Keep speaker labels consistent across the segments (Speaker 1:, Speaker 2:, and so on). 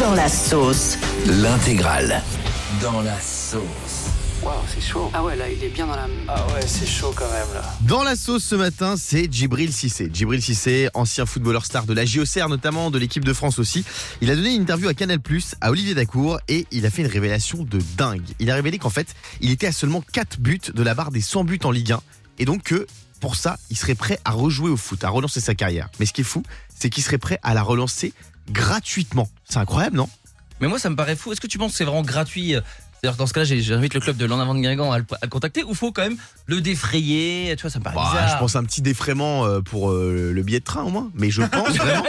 Speaker 1: Dans la sauce.
Speaker 2: L'intégrale. Dans la sauce.
Speaker 3: Waouh, c'est chaud.
Speaker 4: Ah ouais, là, il est bien dans la.
Speaker 3: Ah ouais, c'est chaud quand même là.
Speaker 5: Dans la sauce ce matin, c'est Djibril Cissé. Djibril Cissé, ancien footballeur star de la JOCR notamment, de l'équipe de France aussi. Il a donné une interview à Canal+, à Olivier Dacour et il a fait une révélation de dingue. Il a révélé qu'en fait, il était à seulement 4 buts de la barre des 100 buts en Ligue 1 et donc que pour ça, il serait prêt à rejouer au foot, à relancer sa carrière. Mais ce qui est fou, c'est qu'il serait prêt à la relancer gratuitement. C'est incroyable, non
Speaker 6: Mais moi, ça me paraît fou. Est-ce que tu penses que c'est vraiment gratuit euh, C'est-à-dire, dans ce cas-là, j'ai- j'invite le club de l'en avant de Guingamp à le, à le contacter ou faut quand même le défrayer Tu vois, ça me paraît
Speaker 5: Bah,
Speaker 6: bizarre.
Speaker 5: je pense à un petit défraiement euh, pour euh, le billet de train au moins, mais je pense vraiment.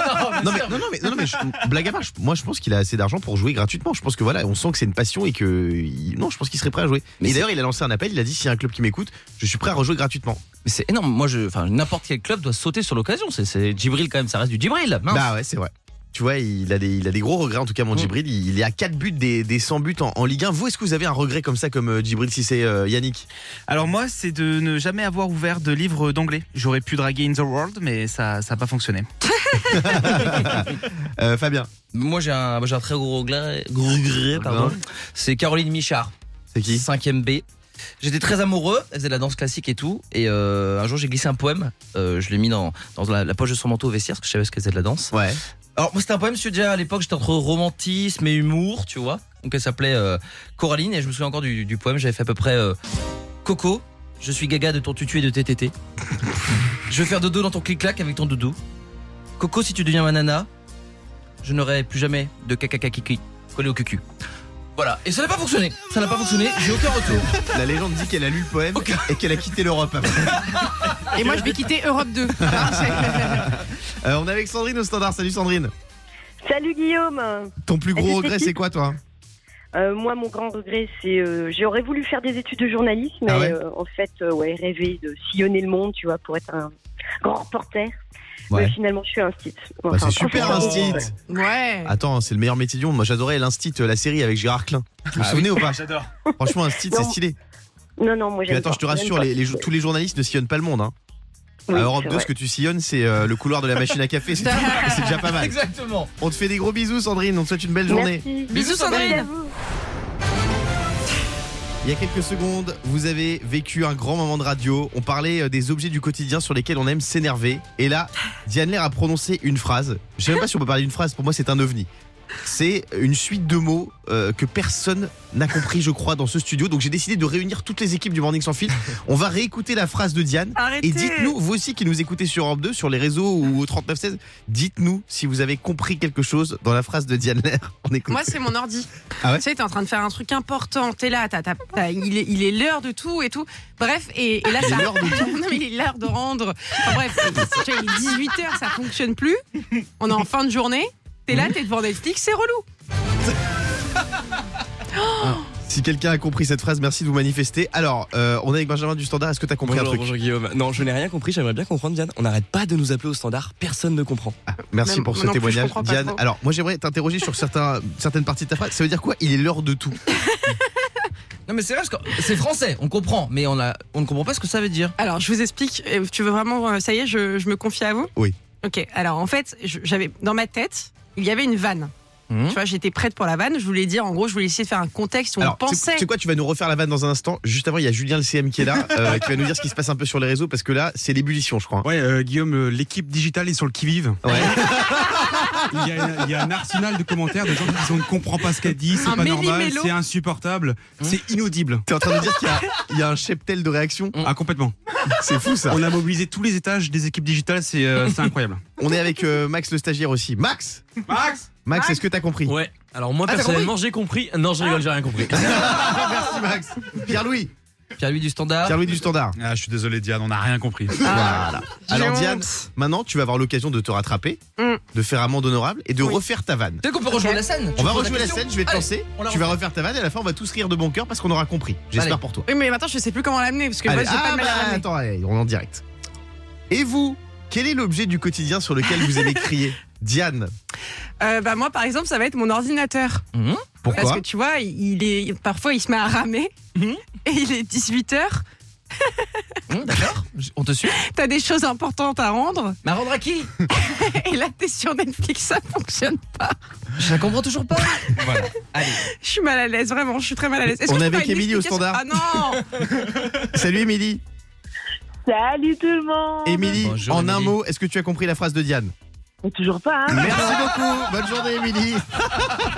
Speaker 5: non, mais, non, non, mais, non, non, mais je- blague à part, je- moi je pense qu'il a assez d'argent pour jouer gratuitement. Je pense que voilà, on sent que c'est une passion et que il- non, je pense qu'il serait prêt à jouer.
Speaker 6: Mais
Speaker 5: et
Speaker 6: c'est-
Speaker 5: d'ailleurs, il a lancé un appel. Il a dit s'il y a un club qui m'écoute, je suis prêt à rejouer gratuitement.
Speaker 6: Mais c'est énorme. Moi, je, enfin, n'importe quel club doit sauter sur l'occasion. C'est- C'est Djibril quand même, ça reste du Djibril. mince.
Speaker 5: Bah ouais, c'est vrai. Tu vois, il a, des, il a des gros regrets, en tout cas, mon
Speaker 6: Ah. Mm.
Speaker 5: Djibril. Il il est à 4 buts des, des 100 buts en, en Ligue 1. Vous, est-ce que vous avez un regret comme ça, comme euh, Djibril si c'est euh, Yannick
Speaker 7: Alors moi, c'est de ne jamais avoir ouvert de livre d'anglais. J'aurais pu draguer In the World, mais ça n'a pas fonctionné.
Speaker 5: Euh, Fabien,
Speaker 6: Moi, j'ai un, moi, j'ai un très gros regret, gros regret, pardon.
Speaker 5: Regret.
Speaker 6: C'est Caroline Michard.
Speaker 5: c'est qui
Speaker 6: 5ème B. J'étais très amoureux, elle faisait de la danse classique et tout. Et euh, un jour, j'ai glissé un poème. Euh, je l'ai mis dans, dans la, la poche de son manteau au vestiaire parce que je savais ce qu'elle faisait de la danse.
Speaker 5: Ouais.
Speaker 6: Alors, moi, c'était un poème, je déjà à l'époque, j'étais entre romantisme et humour, tu vois. Donc, elle s'appelait euh, Coraline et je me souviens encore du, du poème. J'avais fait à peu près euh, Coco, je suis gaga de ton tutu et de tes tétés. je vais faire dodo dans ton clic-clac avec ton doudou. Coco, si tu deviens ma nana, je n'aurai plus jamais de caca-kiki collé au cucu. Voilà, et ça n'a pas fonctionné. Ça n'a pas fonctionné, j'ai aucun retour.
Speaker 5: La légende dit qu'elle a lu le poème
Speaker 6: Aucun.
Speaker 5: et qu'elle a quitté l'Europe après.
Speaker 4: Et moi, je vais quitter Europe 2.
Speaker 5: Euh, on est avec Sandrine au standard. Salut Sandrine.
Speaker 8: Salut Guillaume.
Speaker 5: Ton plus
Speaker 8: Est-ce
Speaker 5: gros
Speaker 8: que
Speaker 5: regret,
Speaker 8: c'est qui
Speaker 5: c'est quoi, toi
Speaker 8: Euh, moi, mon grand regret, c'est euh, j'aurais voulu faire des études de journalisme,
Speaker 5: Ah
Speaker 8: et,
Speaker 5: ouais
Speaker 8: euh, en fait, euh, ouais, rêver de sillonner le monde, tu vois, pour être un grand reporter.
Speaker 5: Ouais.
Speaker 8: Mais finalement, je suis un site.
Speaker 5: Bah, C'est super, Instit
Speaker 4: Ouais.
Speaker 5: Attends, c'est le meilleur métier du monde. Moi, j'adorais l'Instit, euh, la série avec Gérard Klein. Vous vous souvenez ou pas
Speaker 7: J'adore.
Speaker 5: Franchement, Instit, c'est
Speaker 8: Non.
Speaker 5: stylé.
Speaker 8: Non, non, moi
Speaker 5: Puis
Speaker 8: j'aime
Speaker 5: attends,
Speaker 8: pas,
Speaker 5: je te
Speaker 8: j'aime
Speaker 5: rassure,
Speaker 8: pas.
Speaker 5: les, les- tous les journalistes ne sillonnent pas le monde. Hein.
Speaker 8: Oui,
Speaker 5: à Europe
Speaker 8: c'est
Speaker 5: 2, ce
Speaker 8: vrai.
Speaker 5: que tu sillonnes, c'est euh, le couloir de la machine à café. C'est c'est déjà pas mal.
Speaker 6: Exactement.
Speaker 5: On te fait des gros bisous, Sandrine. On te souhaite une belle journée.
Speaker 8: Merci.
Speaker 4: Bisous,
Speaker 8: Merci à
Speaker 4: Sandrine.
Speaker 8: vous.
Speaker 5: Il y a quelques secondes, vous avez vécu un grand moment de radio. On parlait euh, des objets du quotidien sur lesquels on aime s'énerver. Et là, Diane Lair a prononcé une phrase. Je sais même pas si on peut parler d'une phrase. Pour moi, c'est un ovni. C'est une suite de mots euh, que personne n'a compris, je crois, dans ce studio. Donc j'ai décidé de réunir toutes les équipes du Morning Sans Filtre. On va réécouter la phrase de Diane.
Speaker 4: Arrêtez.
Speaker 5: Et dites-nous, vous aussi qui nous écoutez sur Europe 2, sur les réseaux ou au 3916, dites-nous si vous avez compris quelque chose dans la phrase de Diane Lair. On écoute.
Speaker 4: Moi, c'est mon ordi.
Speaker 5: Ah ouais
Speaker 4: tu sais, t'es en train de faire un truc important. T'es là, t'as- t'as- t'as- il est il est l'heure de tout et tout. Bref, et, et là, ça. Non, mais il est l'heure de rendre. Enfin, bref, tu sais, il est 18h, ça fonctionne plus. On est en fin de journée. T'es là, t'es devant Netflix, c'est relou.
Speaker 5: Si quelqu'un a compris cette phrase, merci de vous manifester. Alors, euh, on est avec Benjamin du Standard. Est-ce que t'as compris
Speaker 9: Bonjour,
Speaker 5: un truc
Speaker 9: bonjour Guillaume. Non, je n'ai rien compris, j'aimerais bien comprendre Diane. On n'arrête pas de nous appeler au standard, personne ne comprend.
Speaker 5: Ah, Merci
Speaker 4: Même-
Speaker 5: pour ce
Speaker 4: non plus, je
Speaker 5: témoignage,
Speaker 4: comprends pas
Speaker 5: Diane.
Speaker 4: trop.
Speaker 5: Alors, moi, j'aimerais t'interroger sur certains, certaines parties de ta phrase. Ça veut dire quoi Il est l'heure de tout.
Speaker 6: Non mais c'est vrai parce que c'est français, on comprend, mais on, a, on ne comprend pas ce que ça veut dire.
Speaker 4: Alors, je vous explique. Euh, Tu veux vraiment. euh, Ça y est, je, je me confie à vous
Speaker 5: Oui.
Speaker 4: Ok. Alors, en fait, je- j'avais dans ma tête, il y avait une vanne.
Speaker 6: Mhm.
Speaker 4: Tu vois, j'étais prête pour la vanne. Je voulais dire, en gros, je voulais essayer de faire un contexte où
Speaker 5: Alors,
Speaker 4: on
Speaker 5: tu
Speaker 4: pensait.
Speaker 5: sais- tu sais quoi Tu vas nous refaire la vanne dans un instant. Juste avant, il y a Julien le CM qui est là, euh, qui va nous dire ce qui se passe un peu sur les réseaux, parce que là, c'est l'ébullition, je crois.
Speaker 10: Ouais, euh, Guillaume, euh, l'équipe digitale est sur le qui-vive. Il, y a, il y a un arsenal de commentaires de gens qui disent on ne comprend pas ce qu'elle dit, c'est
Speaker 4: Un
Speaker 10: pas normal,
Speaker 4: méli-mélo.
Speaker 10: c'est insupportable, c'est inaudible.
Speaker 5: T'es en train de dire qu'il y a- il y, a un cheptel de réaction.
Speaker 4: Mm.
Speaker 10: Ah, complètement.
Speaker 5: C'est fou ça.
Speaker 10: On a mobilisé tous les étages des équipes digitales, c'est euh, c'est incroyable.
Speaker 5: On est avec euh, Max le stagiaire aussi. Max
Speaker 10: Max
Speaker 5: Max, est-ce que t'as compris
Speaker 9: Ouais, alors moi
Speaker 6: Ah, t'as
Speaker 9: personnellement j'ai compris. Non, je rigole, j'ai rien compris.
Speaker 5: Ah, Merci Max.
Speaker 9: Ah.
Speaker 5: Pierre-Louis.
Speaker 6: Pierre-Louis du Standard.
Speaker 5: Pierre-Louis du Standard.
Speaker 10: ah, Je suis désolé, Diane, on n'a rien compris.
Speaker 5: Voilà.
Speaker 4: Ah. J'ai
Speaker 5: Alors
Speaker 4: honte.
Speaker 5: Diane, maintenant tu vas avoir l'occasion de te rattraper,
Speaker 4: Mm.
Speaker 5: de faire amende honorable et de
Speaker 4: Oui.
Speaker 5: refaire ta vanne.
Speaker 6: Tu sais qu'on peut rejouer la scène
Speaker 5: On
Speaker 6: Tu
Speaker 5: va
Speaker 6: poses
Speaker 5: rejouer la
Speaker 6: question
Speaker 5: scène, je vais te
Speaker 6: Allez,
Speaker 5: lancer.
Speaker 6: on la
Speaker 5: Tu vas
Speaker 6: refait.
Speaker 5: refaire ta vanne et à la fin on va tous rire de bon cœur parce qu'on aura compris. J'espère
Speaker 6: Allez.
Speaker 5: pour toi.
Speaker 4: Oui, mais maintenant, je sais plus comment l'amener parce que moi,
Speaker 5: Allez.
Speaker 4: j'ai
Speaker 5: Ah,
Speaker 4: pas de mal à
Speaker 5: bah,
Speaker 4: l'amener.
Speaker 5: attends, allez, on est en direct. Et vous, quel est l'objet du quotidien sur lequel vous aimez crier Diane,
Speaker 4: Euh, bah, moi, par exemple, ça va être mon ordinateur.
Speaker 6: Mhm.
Speaker 4: Parce
Speaker 5: pourquoi
Speaker 4: que tu vois, il est parfois il se met à ramer
Speaker 6: Mhm.
Speaker 4: et il est 18h.
Speaker 6: Hum, D'accord, j- on te suit.
Speaker 4: T'as des choses importantes à rendre.
Speaker 6: Mais à rendre à qui
Speaker 4: Et là, t'es sur Netflix, ça fonctionne pas.
Speaker 6: Je la comprends toujours pas. Voilà. Allez,
Speaker 4: Je suis mal à l'aise, vraiment, je suis très mal à l'aise. Est-ce
Speaker 5: On
Speaker 4: que
Speaker 5: est
Speaker 4: tu peux
Speaker 5: avec
Speaker 4: pas une
Speaker 5: Émilie au
Speaker 4: explication Ah non
Speaker 5: Salut Émilie.
Speaker 4: Ah
Speaker 8: Salut tout le monde
Speaker 4: bah.
Speaker 5: Émilie,
Speaker 6: Bonjour,
Speaker 5: en un
Speaker 6: Émilie.
Speaker 5: mot, est-ce que tu as compris la phrase de Diane
Speaker 8: Mais toujours pas, hein
Speaker 5: Merci beaucoup. Bonne journée, Émilie.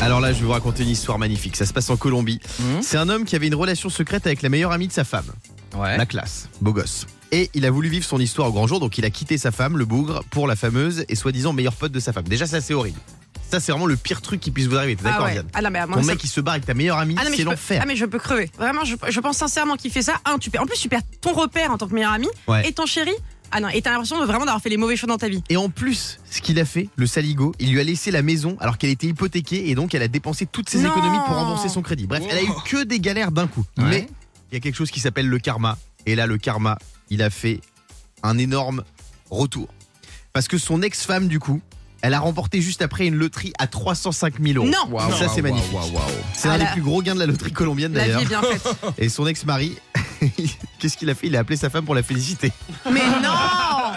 Speaker 5: Alors là, je vais vous raconter une histoire magnifique. Ça se passe en Colombie.
Speaker 6: Mhm.
Speaker 5: C'est un homme qui avait une relation secrète avec la meilleure amie de sa femme,
Speaker 6: ouais.
Speaker 5: la classe, beau gosse. Et il a voulu vivre son histoire au grand jour, donc il a quitté sa femme, le bougre, pour la fameuse et soi-disant meilleure pote de sa femme. Déjà, ça, c'est horrible. Ça, c'est vraiment le pire truc qui puisse vous arriver. T'es
Speaker 4: Ah
Speaker 5: d'accord,
Speaker 4: ouais.
Speaker 5: Diane
Speaker 4: Ah non, mais à moi,
Speaker 5: Ton
Speaker 4: ça-
Speaker 5: mec, qui se barre avec ta meilleure amie,
Speaker 4: Ah non, mais
Speaker 5: c'est
Speaker 4: je peux-
Speaker 5: l'enfer.
Speaker 4: ah, mais je peux crever. Vraiment, je, je pense sincèrement qu'il fait ça. Un, tu perds. En plus, tu perds ton repère en tant que meilleur ami
Speaker 5: Ouais.
Speaker 4: et ton chéri. Ah non, et t'as l'impression de vraiment d'avoir fait les mauvais choix dans ta vie.
Speaker 5: Et en plus, ce qu'il a fait, le saligo, il lui a laissé la maison alors qu'elle était hypothéquée et donc elle a dépensé toutes ses
Speaker 4: Non. Oh.
Speaker 5: économies pour rembourser son crédit. Bref, elle a eu que des galères d'un coup.
Speaker 6: Ouais.
Speaker 5: Mais il y a quelque chose qui s'appelle le karma. Et là, le karma, il a fait un énorme retour. Parce que son ex-femme, du coup, elle a remporté juste après une loterie à 305 000 euros.
Speaker 4: Non.
Speaker 5: Donc ça, c'est magnifique. C'est
Speaker 4: Ah,
Speaker 5: l'un
Speaker 4: la-
Speaker 5: des plus gros gains de la loterie colombienne
Speaker 4: La vie
Speaker 5: d'ailleurs.
Speaker 4: est bien faite.
Speaker 5: Et son ex-mari, qu'est-ce qu'il a fait Il a appelé sa femme pour la féliciter.
Speaker 4: Mais non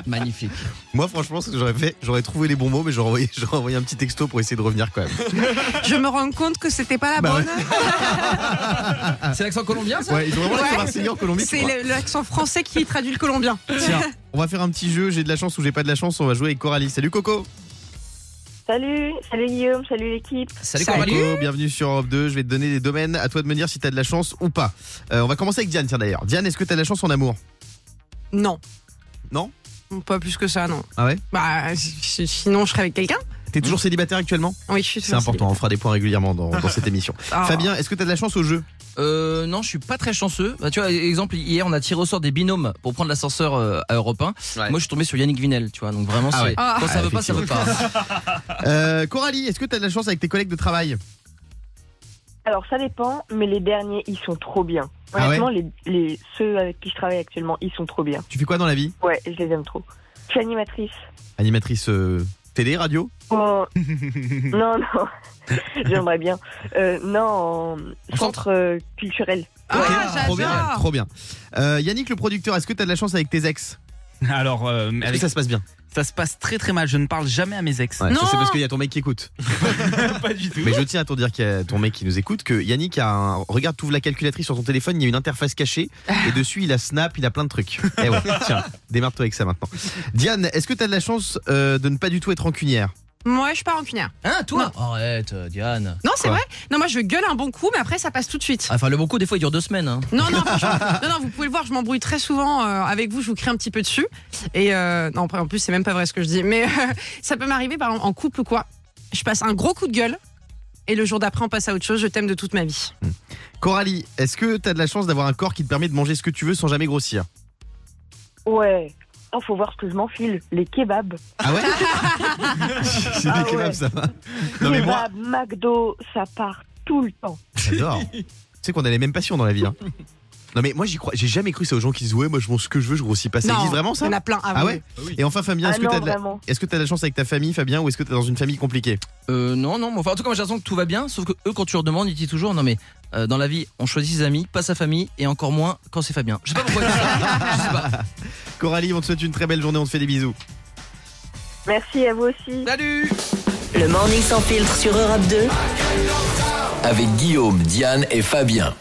Speaker 6: Magnifique.
Speaker 5: Moi, franchement, ce que j'aurais fait, j'aurais trouvé les bons mots, mais j'aurais envoyé, j'aurais envoyé un petit texto pour essayer de revenir quand même.
Speaker 4: Je me rends compte que c'était pas la
Speaker 5: Bah
Speaker 4: bonne.
Speaker 6: Ah. C'est l'accent colombien ça
Speaker 5: Ouais, ils ont vraiment l'air
Speaker 4: Ouais.
Speaker 5: marseillais en Colombie. tu
Speaker 4: C'est
Speaker 5: vois.
Speaker 4: le- l'accent français qui traduit le colombien.
Speaker 5: Tiens, on va faire un petit jeu. J'ai de la chance ou j'ai pas de la chance. On va jouer avec Coralie. Salut Coco.
Speaker 8: Salut, salut Guillaume, salut l'équipe.
Speaker 6: Salut
Speaker 4: Salut.
Speaker 6: Coralie.
Speaker 5: Coco, bienvenue sur Europe 2. Je vais te donner des domaines. À toi de me dire si t'as de la chance ou pas. Euh, on va commencer avec Diane, tiens d'ailleurs. Diane, est-ce que t'as de la chance en amour
Speaker 4: Non.
Speaker 5: Non
Speaker 4: Pas plus que ça, non.
Speaker 5: Ah ouais
Speaker 4: Bah, si- sinon, je serais avec quelqu'un.
Speaker 5: T'es toujours célibataire actuellement
Speaker 4: Oui, Mm. je suis
Speaker 5: C'est important. On fera des points régulièrement dans, dans cette émission.
Speaker 4: Ah.
Speaker 5: Fabien, est-ce que t'as de la chance au jeu
Speaker 6: Euh, non, je suis pas très chanceux. Bah, tu vois, exemple, hier, on a tiré au sort des binômes pour prendre l'ascenseur euh, à Europe 1.
Speaker 5: Ouais.
Speaker 6: Moi, je suis tombé sur Yannick Vinel, tu vois. Donc vraiment,
Speaker 5: Ah
Speaker 6: c'est-
Speaker 5: ouais.
Speaker 4: Ah.
Speaker 6: quand ça
Speaker 5: Ah,
Speaker 6: veut pas, ça veut pas.
Speaker 5: Euh, Coralie, est-ce que t'as de la chance avec tes collègues de travail
Speaker 8: Alors ça dépend, mais les derniers, ils sont trop bien.
Speaker 5: Ah ouais
Speaker 8: Honnêtement, les, les- ceux avec qui je travaille actuellement, ils sont trop bien.
Speaker 5: Tu fais quoi dans la vie
Speaker 8: Ouais, je les aime trop. Je suis animatrice.
Speaker 5: Animatrice euh, télé, radio
Speaker 8: Oh, non, non, j'aimerais bien. Euh, non, en centre euh, culturel.
Speaker 4: Ah,
Speaker 5: Ok, trop bien,
Speaker 4: j'adore.
Speaker 5: trop bien. Euh, Yannick, le producteur, est-ce que t'as de la chance avec tes ex
Speaker 7: Alors, euh,
Speaker 5: Est-ce que
Speaker 7: avec-
Speaker 5: ça se passe bien
Speaker 7: ça se passe très très mal. Je ne parle jamais à mes ex.
Speaker 5: Ouais,
Speaker 4: Non
Speaker 5: ça, c'est parce qu'il y a ton mec qui écoute.
Speaker 7: Pas du tout.
Speaker 5: Mais je tiens à te dire qu'il y a ton mec qui nous écoute que Yannick a un... regarde tu ouvres la calculatrice sur ton téléphone, il y a une interface cachée et dessus il a Snap, il a plein de trucs. Eh ouais, tiens, démarre-toi avec ça maintenant. Diane, est-ce que t'as de la chance euh, de ne pas du tout être rancunière
Speaker 4: Moi, je suis pas rancunière.
Speaker 6: Hein, toi Arrête, euh, Diane.
Speaker 4: Non, c'est
Speaker 5: Quoi
Speaker 4: vrai. Non, moi, je gueule un bon coup, mais après, ça passe tout de suite.
Speaker 6: Ah, Enfin, le bon coup, des fois, il dure deux semaines. hein.
Speaker 4: Non, non, franchement, non, non, vous pouvez le voir, je m'embrouille très souvent euh, avec vous, je vous crie un petit peu dessus. Et euh, non, en plus, c'est même pas vrai ce que je dis, mais euh, ça peut m'arriver, par exemple, en couple ou quoi. Je passe un gros coup de gueule et le jour d'après, on passe à autre chose, je t'aime de toute ma vie.
Speaker 5: Coralie, est-ce que t'as de la chance d'avoir un corps qui te permet de manger ce que tu veux sans jamais grossir
Speaker 8: Ouais. Oh, faut voir ce que je m'enfile. Les kebabs.
Speaker 5: Ah ouais C'est des
Speaker 8: Ah ouais.
Speaker 5: kebabs, ça va. Non mais moi,
Speaker 8: Kebabs, McDo, ça part tout le temps.
Speaker 5: j'adore. Tu sais qu'on a les mêmes passions dans la vie. hein. Non mais moi j'y crois, j'ai jamais cru ça aux gens qui disent ouais moi je mange ce que je veux, je grossis pas. Ça
Speaker 4: Non,
Speaker 5: existe vraiment ça
Speaker 4: Il y en a plein. Ah,
Speaker 5: Ah
Speaker 4: oui.
Speaker 5: ouais Et enfin Fabien,
Speaker 8: Ah
Speaker 5: est-ce que t'as
Speaker 8: non,
Speaker 5: de la...
Speaker 4: bah,
Speaker 8: vraiment.
Speaker 5: Est-ce que t'as de la chance avec ta famille, Fabien, ou est-ce que t'es dans une famille compliquée
Speaker 6: Euh, non, non. mais Enfin, en tout cas, moi, j'ai l'impression que tout va bien. Sauf que eux, quand tu leur demandes, ils disent toujours Non, mais euh, dans la vie, on choisit ses amis, pas sa famille, et encore moins quand c'est Fabien. Je sais pas pourquoi. ils disent ça. Je sais pas.
Speaker 5: Coralie, on te souhaite une très belle journée, on te fait des bisous.
Speaker 8: Merci à vous aussi.
Speaker 6: Salut
Speaker 1: Le morning sans filtre sur Europe 2.
Speaker 2: Avec Guillaume, Diane et Fabien.